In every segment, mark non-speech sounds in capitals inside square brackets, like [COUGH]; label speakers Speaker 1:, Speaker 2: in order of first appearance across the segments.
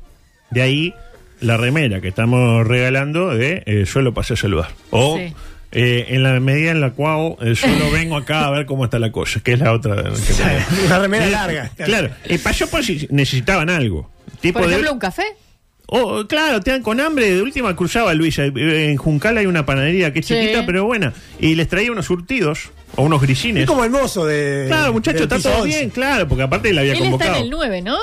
Speaker 1: De ahí la remera que estamos regalando de eh, yo lo pasé a saludar. O
Speaker 2: Sí.
Speaker 1: eh, en la medida en la cual eh, solo vengo acá a ver cómo está la cosa, que es la otra. que tenemos.
Speaker 3: Una remera larga.
Speaker 1: Claro, eh, pasó por si necesitaban algo. Tipo
Speaker 2: Por ejemplo,
Speaker 1: de,
Speaker 2: un café.
Speaker 1: Oh, claro, te dan con hambre. De última cruzaba Luis. eh, En Juncal hay una panadería que es
Speaker 2: Sí.
Speaker 1: chiquita, pero buena. Y les traía unos surtidos o unos
Speaker 3: Es
Speaker 1: grisines.
Speaker 3: como el mozo de.
Speaker 1: Claro, muchachos,
Speaker 3: del
Speaker 1: está
Speaker 3: Eh, piso
Speaker 1: todo
Speaker 3: 11.
Speaker 1: bien, claro, porque aparte la había
Speaker 2: Él
Speaker 1: convocado.
Speaker 2: está en el 9, ¿no?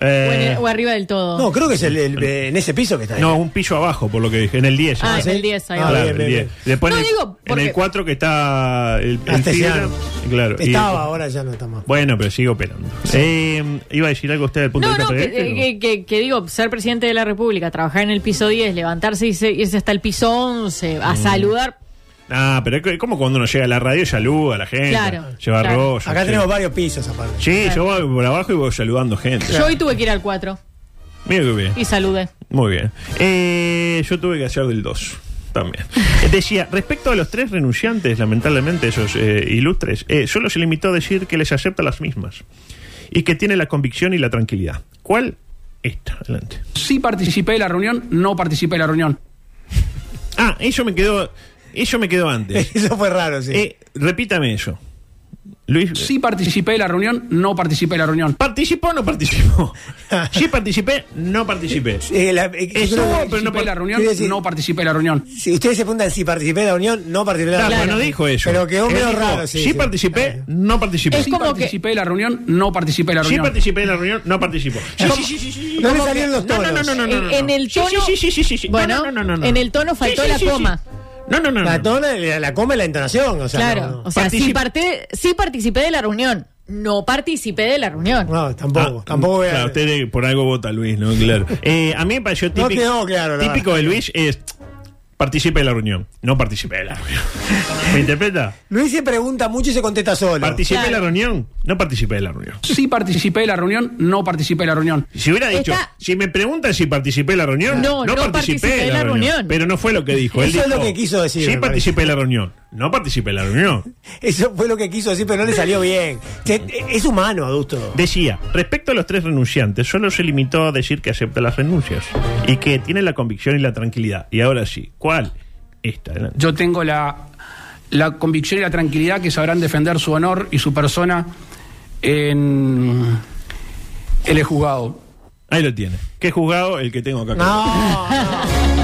Speaker 1: Eh,
Speaker 2: o, en el- o arriba del todo.
Speaker 3: No, creo que es el, el- en ese piso que está ahí.
Speaker 1: No, un pillo abajo, por lo que dije, en el 10.
Speaker 2: Ah,
Speaker 1: Ah,
Speaker 2: en el 10 ahí
Speaker 3: Ah,
Speaker 2: va.
Speaker 1: claro,
Speaker 3: bien,
Speaker 1: el
Speaker 3: bien,
Speaker 1: 10.
Speaker 3: bien.
Speaker 1: Después
Speaker 2: No,
Speaker 1: en, el-
Speaker 2: digo,
Speaker 1: en
Speaker 2: porque-
Speaker 1: el 4 que está el, el
Speaker 3: Astesiano.
Speaker 1: Fibra, claro, y-
Speaker 3: Estaba, ahora ya no está más.
Speaker 1: bueno, pero sigue operando. Eh, iba a decir algo usted del punto
Speaker 2: No,
Speaker 1: de
Speaker 2: no, que,
Speaker 1: vista
Speaker 2: eh, que-
Speaker 1: periodístico.
Speaker 2: que- que digo, ser presidente de la República, trabajar en el piso 10, levantarse y se- irse hasta el piso 11, a
Speaker 1: Mm.
Speaker 2: saludar.
Speaker 1: Ah, pero es que- como cuando uno llega a la radio, saluda a la gente,
Speaker 2: Claro,
Speaker 1: lleva
Speaker 2: claro.
Speaker 1: rollo.
Speaker 3: Acá
Speaker 1: sí.
Speaker 3: tenemos varios pisos aparte.
Speaker 1: Sí, yo voy por abajo y voy saludando gente.
Speaker 2: Yo hoy tuve que ir al 4
Speaker 1: Mira qué bien.
Speaker 2: y saludé.
Speaker 1: Muy bien. Eh, yo tuve que hacer del 2
Speaker 3: [LAUGHS]
Speaker 1: también. Eh, Decía, respecto a los tres renunciantes, lamentablemente esos eh, ilustres, eh, solo se limitó a decir que les acepta las mismas y que tiene la convicción y la tranquilidad. ¿Cuál? Esta, adelante.
Speaker 4: Sí participé de la reunión, no participé de la reunión.
Speaker 1: Ah, eso me quedó, eso me quedó antes.
Speaker 3: Eso fue raro, [LAUGHS] sí.
Speaker 1: Eh, repítame eso. Luis.
Speaker 4: Sí participé de la reunión, no participé de la reunión.
Speaker 1: ¿Participó o no
Speaker 3: [LAUGHS]
Speaker 1: participó? Sí participé, no participé.
Speaker 3: Eh, la- eh, yo
Speaker 1: Estuvo,
Speaker 3: creo que-
Speaker 1: pero no
Speaker 4: Participé de la reunión,
Speaker 3: quiere decir-
Speaker 4: no participé de la reunión.
Speaker 3: Si ustedes se preguntan si participé de la unión, no participé de la
Speaker 1: Claro,
Speaker 3: unión.
Speaker 1: Ah, pues no dijo eso.
Speaker 3: Pero quedó
Speaker 1: Él
Speaker 3: medio
Speaker 1: dijo,
Speaker 3: raro, sí.
Speaker 1: sí participé, no participé.
Speaker 2: Es
Speaker 4: Sí
Speaker 2: como que-
Speaker 4: participé de la reunión, no participé de la
Speaker 1: Sí
Speaker 4: reunión.
Speaker 1: participé en la reunión, no participó. Sí, sí, sí, sí, sí.
Speaker 3: No le
Speaker 1: Como
Speaker 3: salieron
Speaker 1: que-
Speaker 3: los
Speaker 1: no,
Speaker 3: tonos.
Speaker 1: No, no, no, no,
Speaker 2: En-
Speaker 1: no,
Speaker 2: en
Speaker 1: no.
Speaker 2: el
Speaker 1: Sí,
Speaker 2: tono-
Speaker 1: sí, sí, sí, sí, sí. No,
Speaker 2: Bueno,
Speaker 1: no, no, no, no.
Speaker 2: en el tono faltó la coma.
Speaker 1: No, no, no, no.
Speaker 3: La tona, la, la coma y la entonación, o sea.
Speaker 2: claro,
Speaker 3: no, no.
Speaker 2: o sea,
Speaker 1: Particip-
Speaker 2: sí, parte- sí participé de la reunión, no participé de la reunión.
Speaker 3: No, tampoco,
Speaker 1: Ah,
Speaker 3: tampoco voy a-
Speaker 1: Claro, usted eh, por algo vota Luis, ¿no? Claro. Eh, a mí me pareció
Speaker 3: No
Speaker 1: típico,
Speaker 3: quedó claro, la
Speaker 1: típico de Luis es participe de la reunión. No participe de la reunión. [LAUGHS] ¿Me interpreta?
Speaker 3: Luis se pregunta mucho y se contesta solo.
Speaker 1: Participe de la
Speaker 2: Claro.
Speaker 1: reunión, no participé de la reunión.
Speaker 4: Sí participé de la reunión, no participé de la reunión.
Speaker 1: Si hubiera dicho,
Speaker 2: Está-
Speaker 1: si me preguntan si participé de la reunión,
Speaker 2: No,
Speaker 1: no,
Speaker 2: no
Speaker 1: participé de la, reunión. Pero no fue lo que dijo. Él
Speaker 3: Eso es
Speaker 1: dijo,
Speaker 3: lo que quiso decir,
Speaker 1: Sí
Speaker 3: me parece.
Speaker 1: participé de la reunión, no participé de la reunión.
Speaker 3: Eso fue lo que quiso decir, pero no le salió bien. Se- es humano, adusto.
Speaker 1: Decía, respecto a los tres renunciantes, solo se limitó a decir que acepta las renuncias y que tiene la convicción y la tranquilidad. Y ahora sí, ¿cuál? Esta. adelante.
Speaker 4: Yo tengo la, la convicción y la tranquilidad que sabrán defender su honor y su persona en el juzgado.
Speaker 1: Ahí lo tiene. ¿Qué juzgado? El que tengo acá. [LAUGHS]
Speaker 3: Ah, No,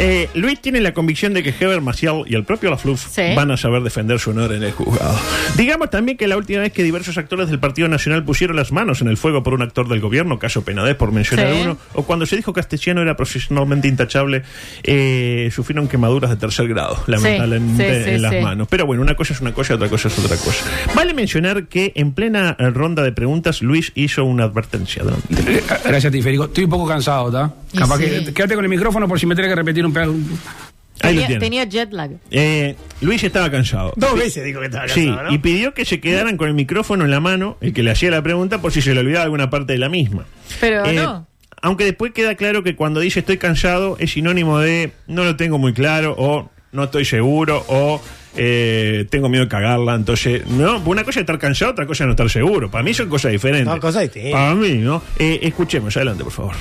Speaker 1: Eh, Luis tiene la convicción de que Heber Marcial y el propio Lafluf
Speaker 2: Sí.
Speaker 1: van a saber defender su honor en el juzgado. Digamos también que la última vez que diversos actores del Partido Nacional pusieron las manos en el fuego por un actor del gobierno, caso Penadez por mencionar
Speaker 2: Sí.
Speaker 1: uno, o cuando se dijo que Astesiano era profesionalmente intachable, eh, sufrieron quemaduras de tercer grado, lamentablemente,
Speaker 2: sí, sí,
Speaker 1: en las
Speaker 2: sí.
Speaker 1: manos. Pero bueno, una cosa es una cosa, otra cosa es otra cosa. Vale mencionar que en plena eh, ronda de preguntas, Luis hizo una advertencia. Adelante.
Speaker 4: Eh, Gracias a ti, Federico. Estoy un poco cansado, ¿está?
Speaker 2: Y
Speaker 4: Capaz
Speaker 2: sí.
Speaker 4: que quédate con el micrófono por si me tenés que repetir un pedazo.
Speaker 1: Ahí lo
Speaker 2: Tenía,
Speaker 1: tiene.
Speaker 2: tenía jet lag.
Speaker 1: Eh, Luis estaba cansado.
Speaker 3: dos veces dijo que estaba
Speaker 1: Sí,
Speaker 3: casado, ¿no?
Speaker 1: y pidió que se quedaran con el micrófono en la mano, el que le hacía la pregunta, por si se le olvidaba alguna parte de la misma. Eh,
Speaker 2: Pero no.
Speaker 1: Aunque después queda claro que cuando dice estoy cansado es sinónimo de no lo tengo muy claro o no estoy seguro o eh, tengo miedo de cagarla. Entonces, no, una cosa es estar cansado, otra cosa es no estar seguro. Para mí son cosas diferentes.
Speaker 3: Son cosas distintas.
Speaker 1: Para mí, ¿no? Eh, escuchemos, adelante, por favor.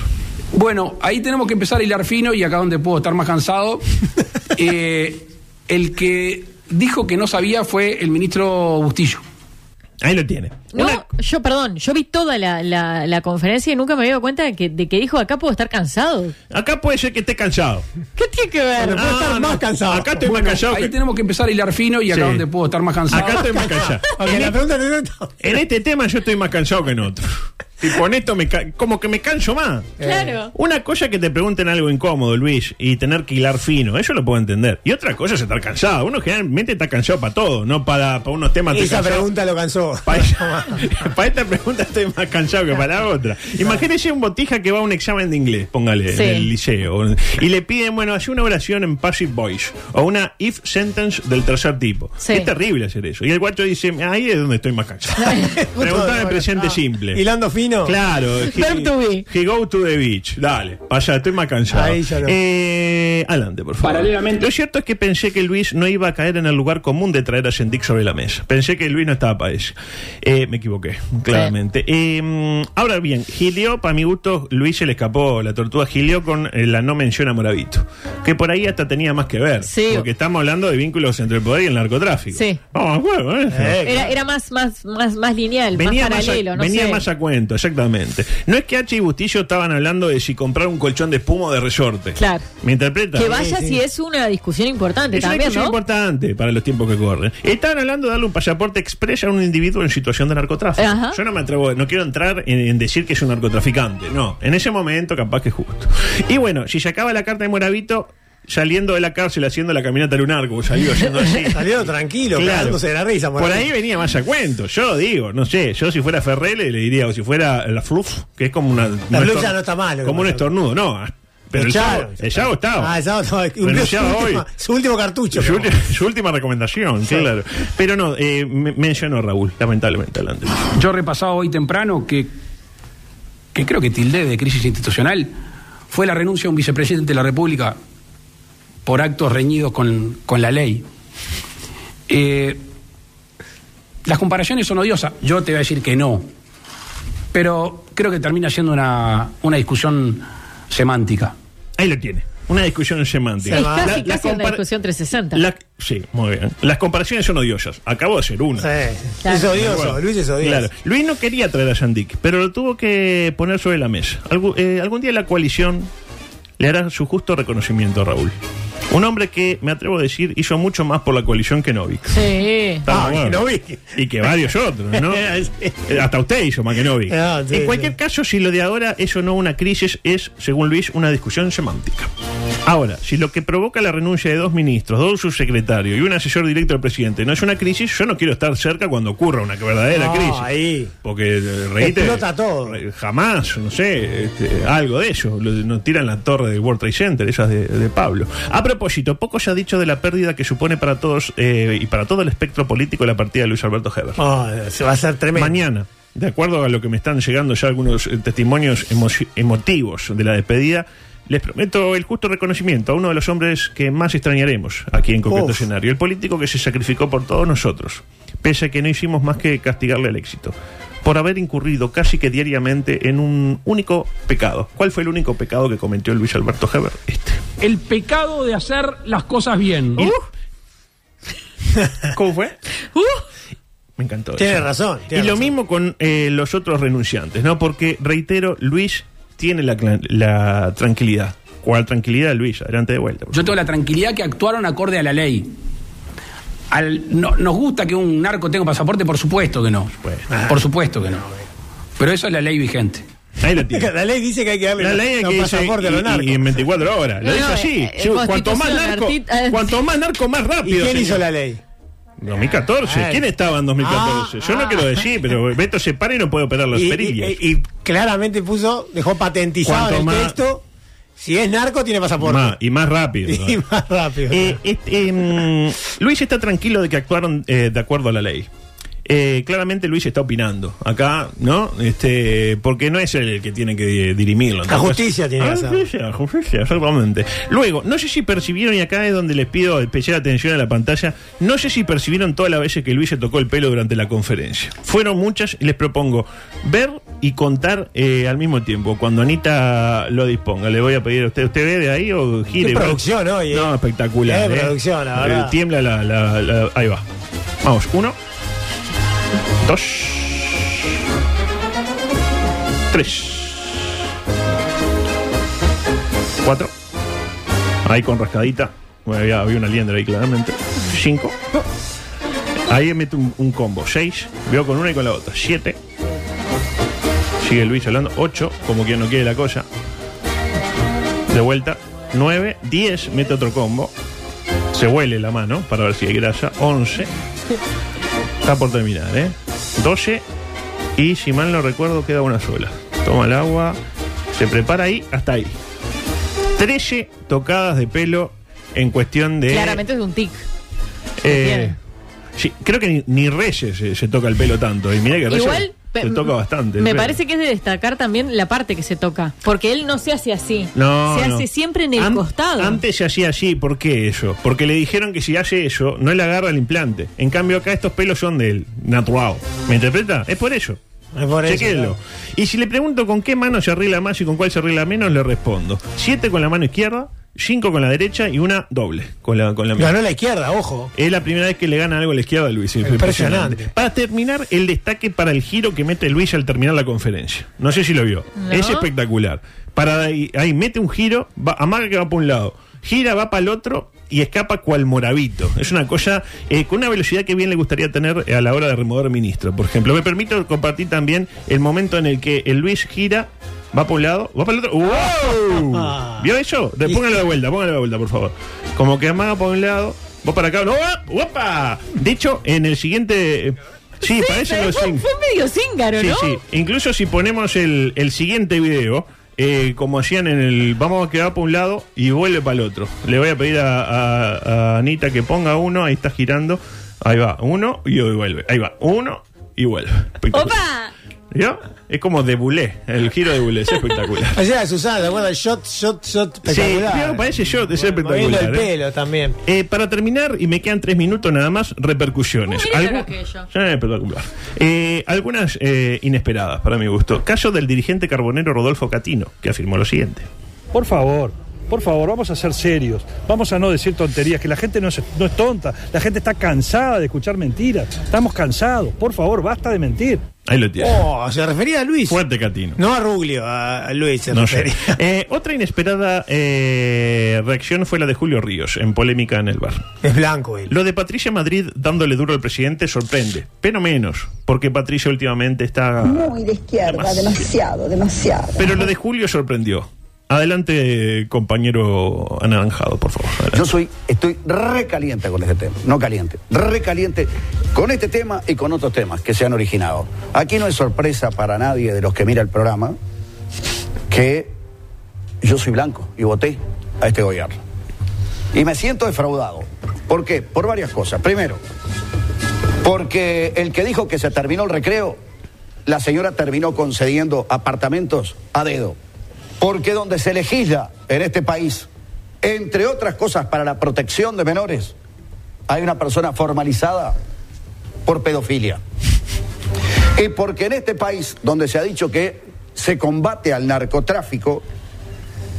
Speaker 4: Bueno, ahí tenemos que empezar a hilar fino y acá donde puedo estar más
Speaker 1: [LAUGHS]
Speaker 4: cansado. Eh, el que dijo que no sabía fue el ministro Bustillo.
Speaker 1: Ahí lo tiene.
Speaker 2: No,
Speaker 1: Una-
Speaker 2: yo, perdón, yo vi toda la, la- la conferencia y nunca me había dado cuenta de que, de que dijo acá puedo estar cansado.
Speaker 1: Acá puede ser que esté cansado.
Speaker 2: ¿Qué tiene que ver?
Speaker 1: Bueno, puedo estar más cansado. Acá estoy más callado.
Speaker 4: Ahí
Speaker 1: que-
Speaker 4: tenemos que empezar a hilar fino y acá
Speaker 1: Sí.
Speaker 4: donde puedo estar más cansado.
Speaker 1: Acá estoy más callado. este
Speaker 3: Porque la pregunta no es
Speaker 1: En este tema yo estoy más cansado que en [LAUGHS] otro. Y con esto me ca- como que me canso más.
Speaker 2: Claro.
Speaker 1: Una cosa es que te pregunten algo incómodo, Luis, y tener que hilar fino, eso lo puedo entender. Y otra cosa es estar cansado. Uno generalmente está cansado para todo, no para, para unos temas.
Speaker 3: Esa
Speaker 1: estoy cansado.
Speaker 3: pregunta lo cansó.
Speaker 1: [LAUGHS] Para, ella- [LAUGHS] para esta pregunta estoy más cansado que para la otra. Imagínese un botija que va a un examen de inglés, póngale,
Speaker 2: Sí.
Speaker 1: en el liceo. Y le piden, bueno, hace una oración en passive voice o una if sentence del tercer tipo.
Speaker 2: Sí.
Speaker 1: Es terrible hacer eso. Y el guacho dice, ahí es donde estoy más cansado. Preguntar
Speaker 2: Ah.
Speaker 1: en presente simple.
Speaker 3: Hilando fino.
Speaker 2: [LAUGHS]
Speaker 1: Claro, he,
Speaker 2: Verb to be.
Speaker 1: he go to the beach. Dale, vaya, estoy más cansado.
Speaker 3: Ahí ya no.
Speaker 1: Eh, adelante, por favor.
Speaker 4: Paralelamente-
Speaker 1: Lo cierto es que pensé que Luis no iba a caer en el lugar común de traer a Sendik sobre la mesa. Pensé que Luis no estaba para eso. Eh, me equivoqué, claramente. Eh, ahora bien, Gilio, para mi gusto, Luis se le escapó la tortuga Gilio con eh, la no mención a Moravito. Que por ahí hasta tenía más que ver.
Speaker 2: Sí.
Speaker 1: Porque estamos hablando de vínculos entre el poder y el narcotráfico.
Speaker 2: Sí.
Speaker 1: Vamos, bueno, eh.
Speaker 2: Era, era más, más, más, más lineal,
Speaker 1: Venía
Speaker 2: más paralelo,
Speaker 1: a,
Speaker 2: no
Speaker 1: venía
Speaker 2: sé.
Speaker 1: más a cuento, exactamente. No es que H y Bustillo estaban hablando de si comprar un colchón de espuma o de resorte.
Speaker 2: Claro.
Speaker 1: ¿Me interpreta?
Speaker 2: Que vaya si es una discusión importante
Speaker 1: Es una
Speaker 2: también,
Speaker 1: discusión
Speaker 2: ¿no?
Speaker 1: importante para los tiempos que corren. Estaban hablando de darle un pasaporte express a un individuo en situación de narcotráfico.
Speaker 2: Ajá.
Speaker 1: Yo no me atrevo, no quiero entrar en, en decir que es un narcotraficante. No, en ese momento capaz que es justo. Y bueno, si sacaba la carta de Moravito saliendo de la cárcel haciendo la caminata lunar, como salió haciendo así.
Speaker 3: [LAUGHS] Salió tranquilo,
Speaker 1: Claro.
Speaker 3: cagándose de la risa.
Speaker 1: Por ahí venía más a cuento, yo lo digo, no sé, yo si fuera Ferrell le diría, o si fuera la Fluff, que es como una...
Speaker 3: La
Speaker 1: un
Speaker 3: Fluff ya
Speaker 1: estor-
Speaker 3: no está mal, lo que
Speaker 1: Como un
Speaker 3: pasa.
Speaker 1: estornudo, no. ah, Pero el Yago, el Yago estaba.
Speaker 3: Ah, el Yago estaba.
Speaker 1: Pero el
Speaker 3: Cumplió su, [LAUGHS]
Speaker 1: Yago hoy.
Speaker 3: última- su último cartucho.
Speaker 1: Su,
Speaker 3: pero-
Speaker 1: ulti- su última recomendación, claro. Pero no, eh, me- mencionó Raúl, lamentablemente, adelante.
Speaker 4: Yo repasaba hoy temprano que, que creo que tildé de crisis institucional fue la renuncia a un vicepresidente de la República por actos reñidos con, con la ley. Eh, las comparaciones son odiosas. Yo te voy a decir que no. Pero creo que termina siendo una, una discusión semántica.
Speaker 1: Ahí lo tiene. Una discusión semántica.
Speaker 2: Es casi,
Speaker 1: La-
Speaker 2: casi
Speaker 1: la
Speaker 2: una
Speaker 1: compar-
Speaker 2: discusión 360.
Speaker 1: la- sí, muy bien. Las comparaciones son odiosas. Acabo de hacer una.
Speaker 3: Sí.
Speaker 2: Claro.
Speaker 3: Es odioso, Luis es odioso.
Speaker 1: Claro. Luis no quería traer a Yandic, pero lo tuvo que poner sobre la mesa. Algu- eh, algún día la coalición le hará su justo reconocimiento a Raúl. Un hombre que, me atrevo a decir, hizo mucho más por la coalición que Novik.
Speaker 2: Sí.
Speaker 1: Estamos
Speaker 3: Ah,
Speaker 1: de acuerdo.
Speaker 3: Genovich.
Speaker 1: Y que varios otros,
Speaker 3: [LAUGHS]
Speaker 1: ¿no? Eh, Hasta usted hizo Makenovic.
Speaker 3: Ah, sí,
Speaker 1: en cualquier
Speaker 3: sí.
Speaker 1: caso, si lo de ahora es o no una crisis, es, según Luis, una discusión semántica. Ahora, si lo que provoca la renuncia de dos ministros, dos subsecretarios y un asesor directo del presidente no es una crisis, yo no quiero estar cerca cuando ocurra una verdadera
Speaker 3: No,
Speaker 1: crisis.
Speaker 3: ahí.
Speaker 1: Porque eh, reíte.
Speaker 3: Explota todo.
Speaker 1: re- Jamás, no sé, este, algo de eso. Lo- Nos tiran la torre del World Trade Center, esas de, de Pablo. A propósito, poco se ha dicho de la pérdida que supone para todos eh, y para todo el espectro político la partida de Luis Alberto Heber.
Speaker 3: Oh, se va a hacer tremendo.
Speaker 1: Mañana, de acuerdo a lo que me están llegando ya algunos eh, testimonios emo- emotivos de la despedida, les prometo el justo reconocimiento a uno de los hombres que más extrañaremos aquí en concreto
Speaker 3: Uf.
Speaker 1: escenario, el político que se sacrificó por todos nosotros, pese a que no hicimos más que castigarle el éxito, por haber incurrido casi que diariamente en un único pecado. ¿Cuál fue el único pecado que cometió Luis Alberto Heber? Este.
Speaker 4: El pecado de hacer las cosas bien.
Speaker 1: ¿Cómo fue?
Speaker 2: Uh.
Speaker 1: Me encantó.
Speaker 3: Tiene
Speaker 1: eso.
Speaker 3: razón,
Speaker 1: Y
Speaker 3: tiene
Speaker 1: lo
Speaker 3: razón.
Speaker 1: mismo con eh, los otros renunciantes, ¿no? Porque, reitero, Luis tiene la, cla- la tranquilidad. ¿Cuál tranquilidad, Luis? Adelante de vuelta. por
Speaker 4: Yo tengo la tranquilidad que actuaron acorde a la ley. Al- no- ¿Nos gusta que un narco tenga pasaporte? Por supuesto que no.
Speaker 1: supuesto.
Speaker 4: Por supuesto que no. Pero eso es la ley vigente.
Speaker 1: favor. Ahí lo tiene.
Speaker 3: [LAUGHS] [LAUGHS] La ley dice que hay que darle
Speaker 1: La ley es
Speaker 3: un
Speaker 1: que dice,
Speaker 3: pasaporte a los narcos.
Speaker 1: y, y en 24 horas. Lo
Speaker 2: No,
Speaker 1: dice
Speaker 2: no,
Speaker 1: así.
Speaker 2: eh, eh,
Speaker 1: Sí, cuanto, más
Speaker 2: Constitución,
Speaker 1: narco,
Speaker 2: arti- eh,
Speaker 1: cuanto más narco, más
Speaker 3: ¿Y
Speaker 1: rápido.
Speaker 3: quién hizo
Speaker 1: señor.
Speaker 3: la ley?
Speaker 1: 2014.
Speaker 3: Ah,
Speaker 1: ¿Quién estaba en 2014?
Speaker 3: ah,
Speaker 1: Yo no
Speaker 3: ah.
Speaker 1: quiero decir, pero Beto se para y no puede operar las
Speaker 3: Y,
Speaker 1: perillas.
Speaker 3: y- y claramente puso, dejó patentizado en
Speaker 1: Cuanto
Speaker 3: el
Speaker 1: más-
Speaker 3: texto. Si es narco, tiene pasaporte.
Speaker 1: Más- y más rápido.
Speaker 3: [LAUGHS] Y más rápido.
Speaker 1: Eh, este, em, Luis está tranquilo de que actuaron eh, de acuerdo a la ley. Eh, claramente Luis está opinando acá, ¿no? Este, porque no es él el que tiene que eh, dirimirlo.
Speaker 3: La justicia tiene que
Speaker 1: que
Speaker 3: hacerlo.
Speaker 1: justicia, justicia, exactamente. Luego, no sé si percibieron, y acá es donde les pido especial atención a la pantalla, no sé si percibieron todas las veces que Luis se tocó el pelo durante la conferencia. Fueron muchas y les propongo ver y contar eh, al mismo tiempo, cuando Anita lo disponga. Le voy a pedir a usted, ¿usted ve de ahí o gire?
Speaker 3: Qué producción hoy, eh.
Speaker 1: No, espectacular.
Speaker 3: Qué
Speaker 1: eh.
Speaker 3: producción, la
Speaker 1: Eh,
Speaker 3: verdad.
Speaker 1: Tiembla la, la- la- Ahí va. Vamos, uno. Dos. Tres. Cuatro. Ahí con rascadita. Bueno, había, había una liendra ahí claramente. Cinco. Ahí mete un, un combo. Seis. Veo con una y con la otra. Siete. Sigue Luis hablando. Ocho, como quien no quiere la cosa. De vuelta. Nueve. Diez. Mete otro combo. Se huele la mano para ver si hay grasa. Once. Está por terminar, ¿eh? 12 y si mal no recuerdo queda una sola. Toma el agua, se prepara ahí, hasta ahí. 13 tocadas de pelo en cuestión de...
Speaker 2: Claramente es un tic.
Speaker 1: eh,
Speaker 2: tiene.
Speaker 1: sí, creo que ni, ni Reyes se, se toca el pelo tanto. Y mira que Reyes
Speaker 2: Igual. pe-
Speaker 1: se toca bastante. el
Speaker 2: Me
Speaker 1: pelo.
Speaker 2: parece que es de destacar también la parte que se toca. Porque él no se hace así.
Speaker 1: No,
Speaker 2: se
Speaker 1: no.
Speaker 2: hace siempre en el
Speaker 1: An-
Speaker 2: costado.
Speaker 1: Antes se hacía así, ¿por qué eso? Porque le dijeron que si hace eso, no le agarra el implante. En cambio, acá estos pelos son de él, natural. ¿Me interpreta? Es por eso.
Speaker 3: Es por eso,
Speaker 1: Chequéenlo.
Speaker 3: claro.
Speaker 1: Y si le pregunto con qué mano se arregla más y con cuál se arregla menos, le respondo. Siete con la mano izquierda, cinco con la derecha y una doble con la, con la
Speaker 3: Ganó la izquierda, ojo.
Speaker 1: es la primera vez que le gana algo a la izquierda a Luis. Es
Speaker 3: Impresionante.
Speaker 1: impresionante. Para terminar, el destaque para el giro que mete Luis al terminar la conferencia. No sé si lo vio.
Speaker 2: No.
Speaker 1: Es espectacular. Para ahí, ahí mete un giro, va, amaga que va para un lado, gira, va para el otro y escapa cual moravito. Es una cosa eh, con una velocidad que bien le gustaría tener eh, a la hora de remover ministro, por ejemplo. Me permito compartir también el momento en el que el Luis gira. Va para un lado, va para el otro. ¡Wow! ¿Vio eso? De- Póngalo de vuelta, póngalo de vuelta, por favor. Como que amaga por un lado, va para acá. ¡No! ¡Opa! De hecho, en el siguiente. eh, Sí, parecen
Speaker 2: pero
Speaker 1: los
Speaker 2: fue,
Speaker 1: Sims.
Speaker 2: fue medio zíngaro,
Speaker 1: Sí,
Speaker 2: ¿no?
Speaker 1: sí. Incluso si ponemos el, el siguiente video, eh, como hacían en el vamos a quedar para un lado y vuelve para el otro. Le voy a pedir a, a- a Anita que ponga uno, ahí está girando. Ahí va, uno y hoy vuelve. Ahí va, uno y vuelve. Espectacular.
Speaker 2: ¡Opa!
Speaker 1: ¿Vio? Es como de Bulé, el giro de Bulé, es espectacular.
Speaker 3: Ayer era Susana, ¿te acuerdas? Shot, shot, shot.
Speaker 1: Sí,
Speaker 3: Espectacular.
Speaker 1: ¿vio? parece yo, es
Speaker 3: Moviendo el
Speaker 1: espectacular. ¿eh?
Speaker 3: pelo también.
Speaker 1: Eh, para terminar, y me quedan tres minutos nada más, repercusiones.
Speaker 2: Uy, era
Speaker 1: Algu-
Speaker 2: aquello.
Speaker 1: Sí, espectacular. Eh, algunas eh, inesperadas, para mi gusto. Caso del dirigente carbonero Rodolfo Catino, que afirmó lo siguiente.
Speaker 5: Por favor, por favor, vamos a ser serios. Vamos a no decir tonterías, que la gente no es, no es tonta. La gente está cansada de escuchar mentiras. Estamos cansados. Por favor, basta de mentir.
Speaker 1: Ahí lo tiene.
Speaker 3: Oh, se refería a Luis.
Speaker 1: Fuerte Catino.
Speaker 3: No a Ruglio, a a Luis se
Speaker 1: No sé.
Speaker 3: refería.
Speaker 1: Eh, otra inesperada eh, reacción fue la de Julio Ríos, en polémica en el bar.
Speaker 3: Es blanco él.
Speaker 1: Lo de Patricia Madrid dándole duro al presidente sorprende, pero menos, porque Patricia últimamente está...
Speaker 6: Muy de izquierda, demasiado, demasiado.
Speaker 1: Pero lo de Julio sorprendió. Adelante, compañero anaranjado, por favor. Adelante.
Speaker 7: Yo soy, estoy recaliente con este tema, no caliente, recaliente con este tema y con otros temas que se han originado. Aquí no es sorpresa para nadie de los que mira el programa que yo soy blanco y voté a este gobierno. Y me siento defraudado. ¿Por qué? Por varias cosas. Primero, porque el que dijo que se terminó el recreo, la señora terminó concediendo apartamentos a dedo. Porque donde se legisla en este país, entre otras cosas para la protección de menores, hay una persona formalizada por pedofilia. Y porque en este país, donde se ha dicho que se combate al narcotráfico,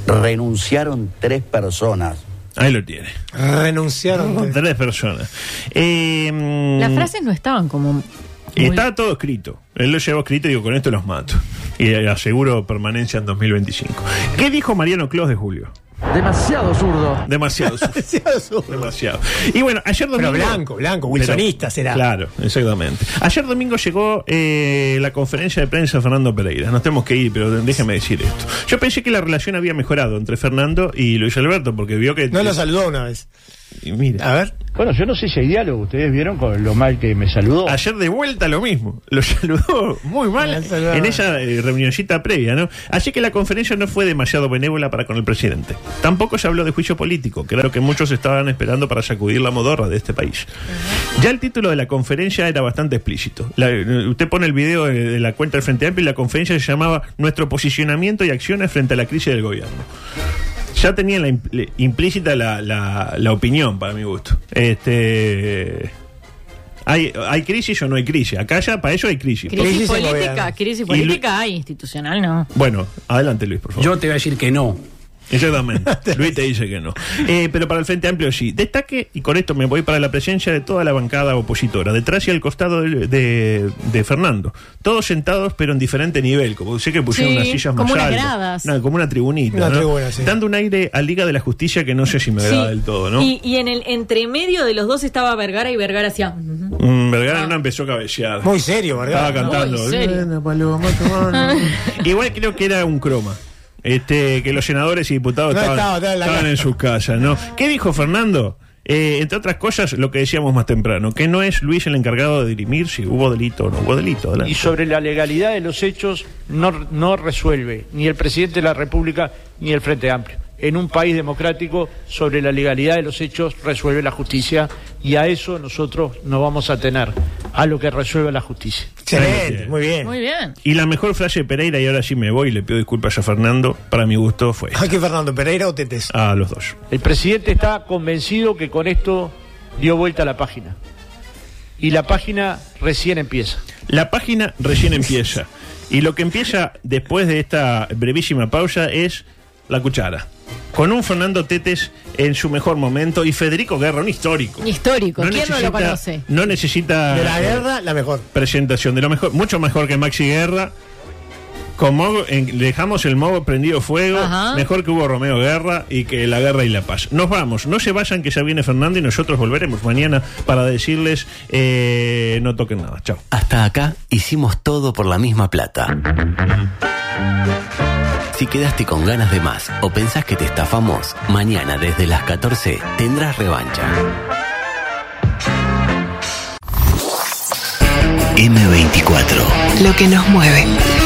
Speaker 7: renunciaron tres personas.
Speaker 1: Ahí lo tiene.
Speaker 3: Renunciaron.
Speaker 1: Tres personas. Eh, mm,
Speaker 2: Las frases no estaban como.
Speaker 1: y Está todo escrito. Él lo llevó escrito y digo, con esto los mato. Y eh, aseguro permanencia en 2025. ¿Qué dijo Mariano Clos de Julio?
Speaker 8: Demasiado zurdo.
Speaker 1: Demasiado.
Speaker 8: [LAUGHS]
Speaker 1: zurdo. Demasiado. Y bueno, ayer domingo.
Speaker 3: Pero blanco, blanco, wilsonista
Speaker 1: Pero-
Speaker 3: será.
Speaker 1: Claro, exactamente. Ayer domingo llegó eh, la conferencia de prensa de Fernando Pereira. Nos tenemos que ir, pero déjeme decir esto. Yo pensé que la relación había mejorado entre Fernando y Luis Alberto, porque vio que.
Speaker 3: [LAUGHS] No lo saludó una vez.
Speaker 1: Y mira.
Speaker 3: A ver.
Speaker 9: Bueno, yo no sé si hay diálogo. Ustedes vieron con lo mal que me saludó.
Speaker 1: Ayer de vuelta lo mismo. Lo [LAUGHS] saludó muy mal en esa eh, reunioncita previa, ¿no? Así que la conferencia no fue demasiado benévola para con el presidente. Tampoco se habló de juicio político, que era lo que muchos estaban esperando para sacudir la modorra de este país. Ya el título de la conferencia era bastante explícito. La- eh, usted pone el video de, de la cuenta del Frente Amplio y la conferencia se llamaba Nuestro posicionamiento y acciones frente a la crisis del gobierno ya tenía la impl- le- implícita la, la- la opinión, para mi gusto. Este. ¿Hay, ¿Hay crisis o no hay crisis? Acá ya para eso hay crisis.
Speaker 2: Crisis, política, crisis
Speaker 1: Y Lu-
Speaker 2: política hay, institucional no.
Speaker 1: Bueno, adelante Luis, por favor.
Speaker 4: Yo te voy a decir que no.
Speaker 10: [LAUGHS]
Speaker 1: Exactamente. Luis te dice que no. Eh, pero para el Frente Amplio sí. Destaque, y con esto me voy para la presencia de toda la bancada opositora, detrás y al costado del- de, de Fernando. Todos sentados, pero en diferente nivel. Como sé que pusieron
Speaker 2: Sí,
Speaker 1: unas sillas más
Speaker 2: como unas
Speaker 1: altas.
Speaker 2: gradas.
Speaker 1: No, como una tribunita.
Speaker 10: Una
Speaker 1: ¿no?
Speaker 10: tribuna, sí.
Speaker 1: Dando un aire a Liga de la Justicia que no sé si me agrada
Speaker 2: Sí.
Speaker 1: del todo, ¿no?
Speaker 2: Y, y en el entremedio de los dos estaba Vergara y Vergara hacía.
Speaker 1: Mm, Vergara no empezó a cabecear.
Speaker 10: Muy serio, Vergara.
Speaker 5: Ah.
Speaker 1: Estaba cantando.
Speaker 2: Muy serio.
Speaker 1: Bueno, paloma, tomá, no. Igual creo que era un croma. Este, que los senadores y diputados
Speaker 10: No
Speaker 1: estaban,
Speaker 10: estaba, estaba en la
Speaker 1: estaban
Speaker 10: casa.
Speaker 1: en sus casas, ¿no? ¿Qué dijo Fernando? Eh, entre otras cosas, lo que decíamos más temprano, que no es Luis el encargado de dirimir si hubo delito o no hubo delito. adelante.
Speaker 3: Y sobre la legalidad de los hechos no, no resuelve ni el presidente de la República ni el Frente Amplio. En un país democrático, sobre la legalidad de los hechos resuelve la justicia y a eso nosotros nos vamos a tener, a lo que resuelve la justicia.
Speaker 10: Excelente, muy bien.
Speaker 1: Eh.
Speaker 2: Muy bien.
Speaker 1: Y la mejor frase de Pereira, y ahora sí me voy y le pido disculpas a Fernando, para mi gusto fue esta.
Speaker 10: Aquí Fernando Pereira o Tetes.
Speaker 1: a los dos.
Speaker 3: El presidente está convencido que con esto dio vuelta a la página. Y la página recién empieza.
Speaker 1: La página recién empieza. Y lo que empieza después de esta brevísima pausa es la cuchara. Con un Fernando Tetes en su mejor momento y Federico Guerra, un histórico.
Speaker 2: Histórico. ¿Quién no lo conoce?
Speaker 1: No necesita
Speaker 10: De la guerra, la mejor.
Speaker 1: presentación de lo mejor, mucho mejor que Maxi Guerra. Con Mogo- en- dejamos el mogo prendido fuego,
Speaker 2: Ajá.
Speaker 1: mejor que hubo Romeo Guerra y que la guerra y la paz. Nos vamos, no se vayan que ya viene Fernando y nosotros volveremos mañana para decirles eh, no toquen nada. Chao.
Speaker 7: Hasta acá hicimos todo por la misma plata. Si quedaste con ganas de más o pensás que te estafamos, mañana desde las 14 tendrás revancha. M24.
Speaker 11: Lo que nos mueve.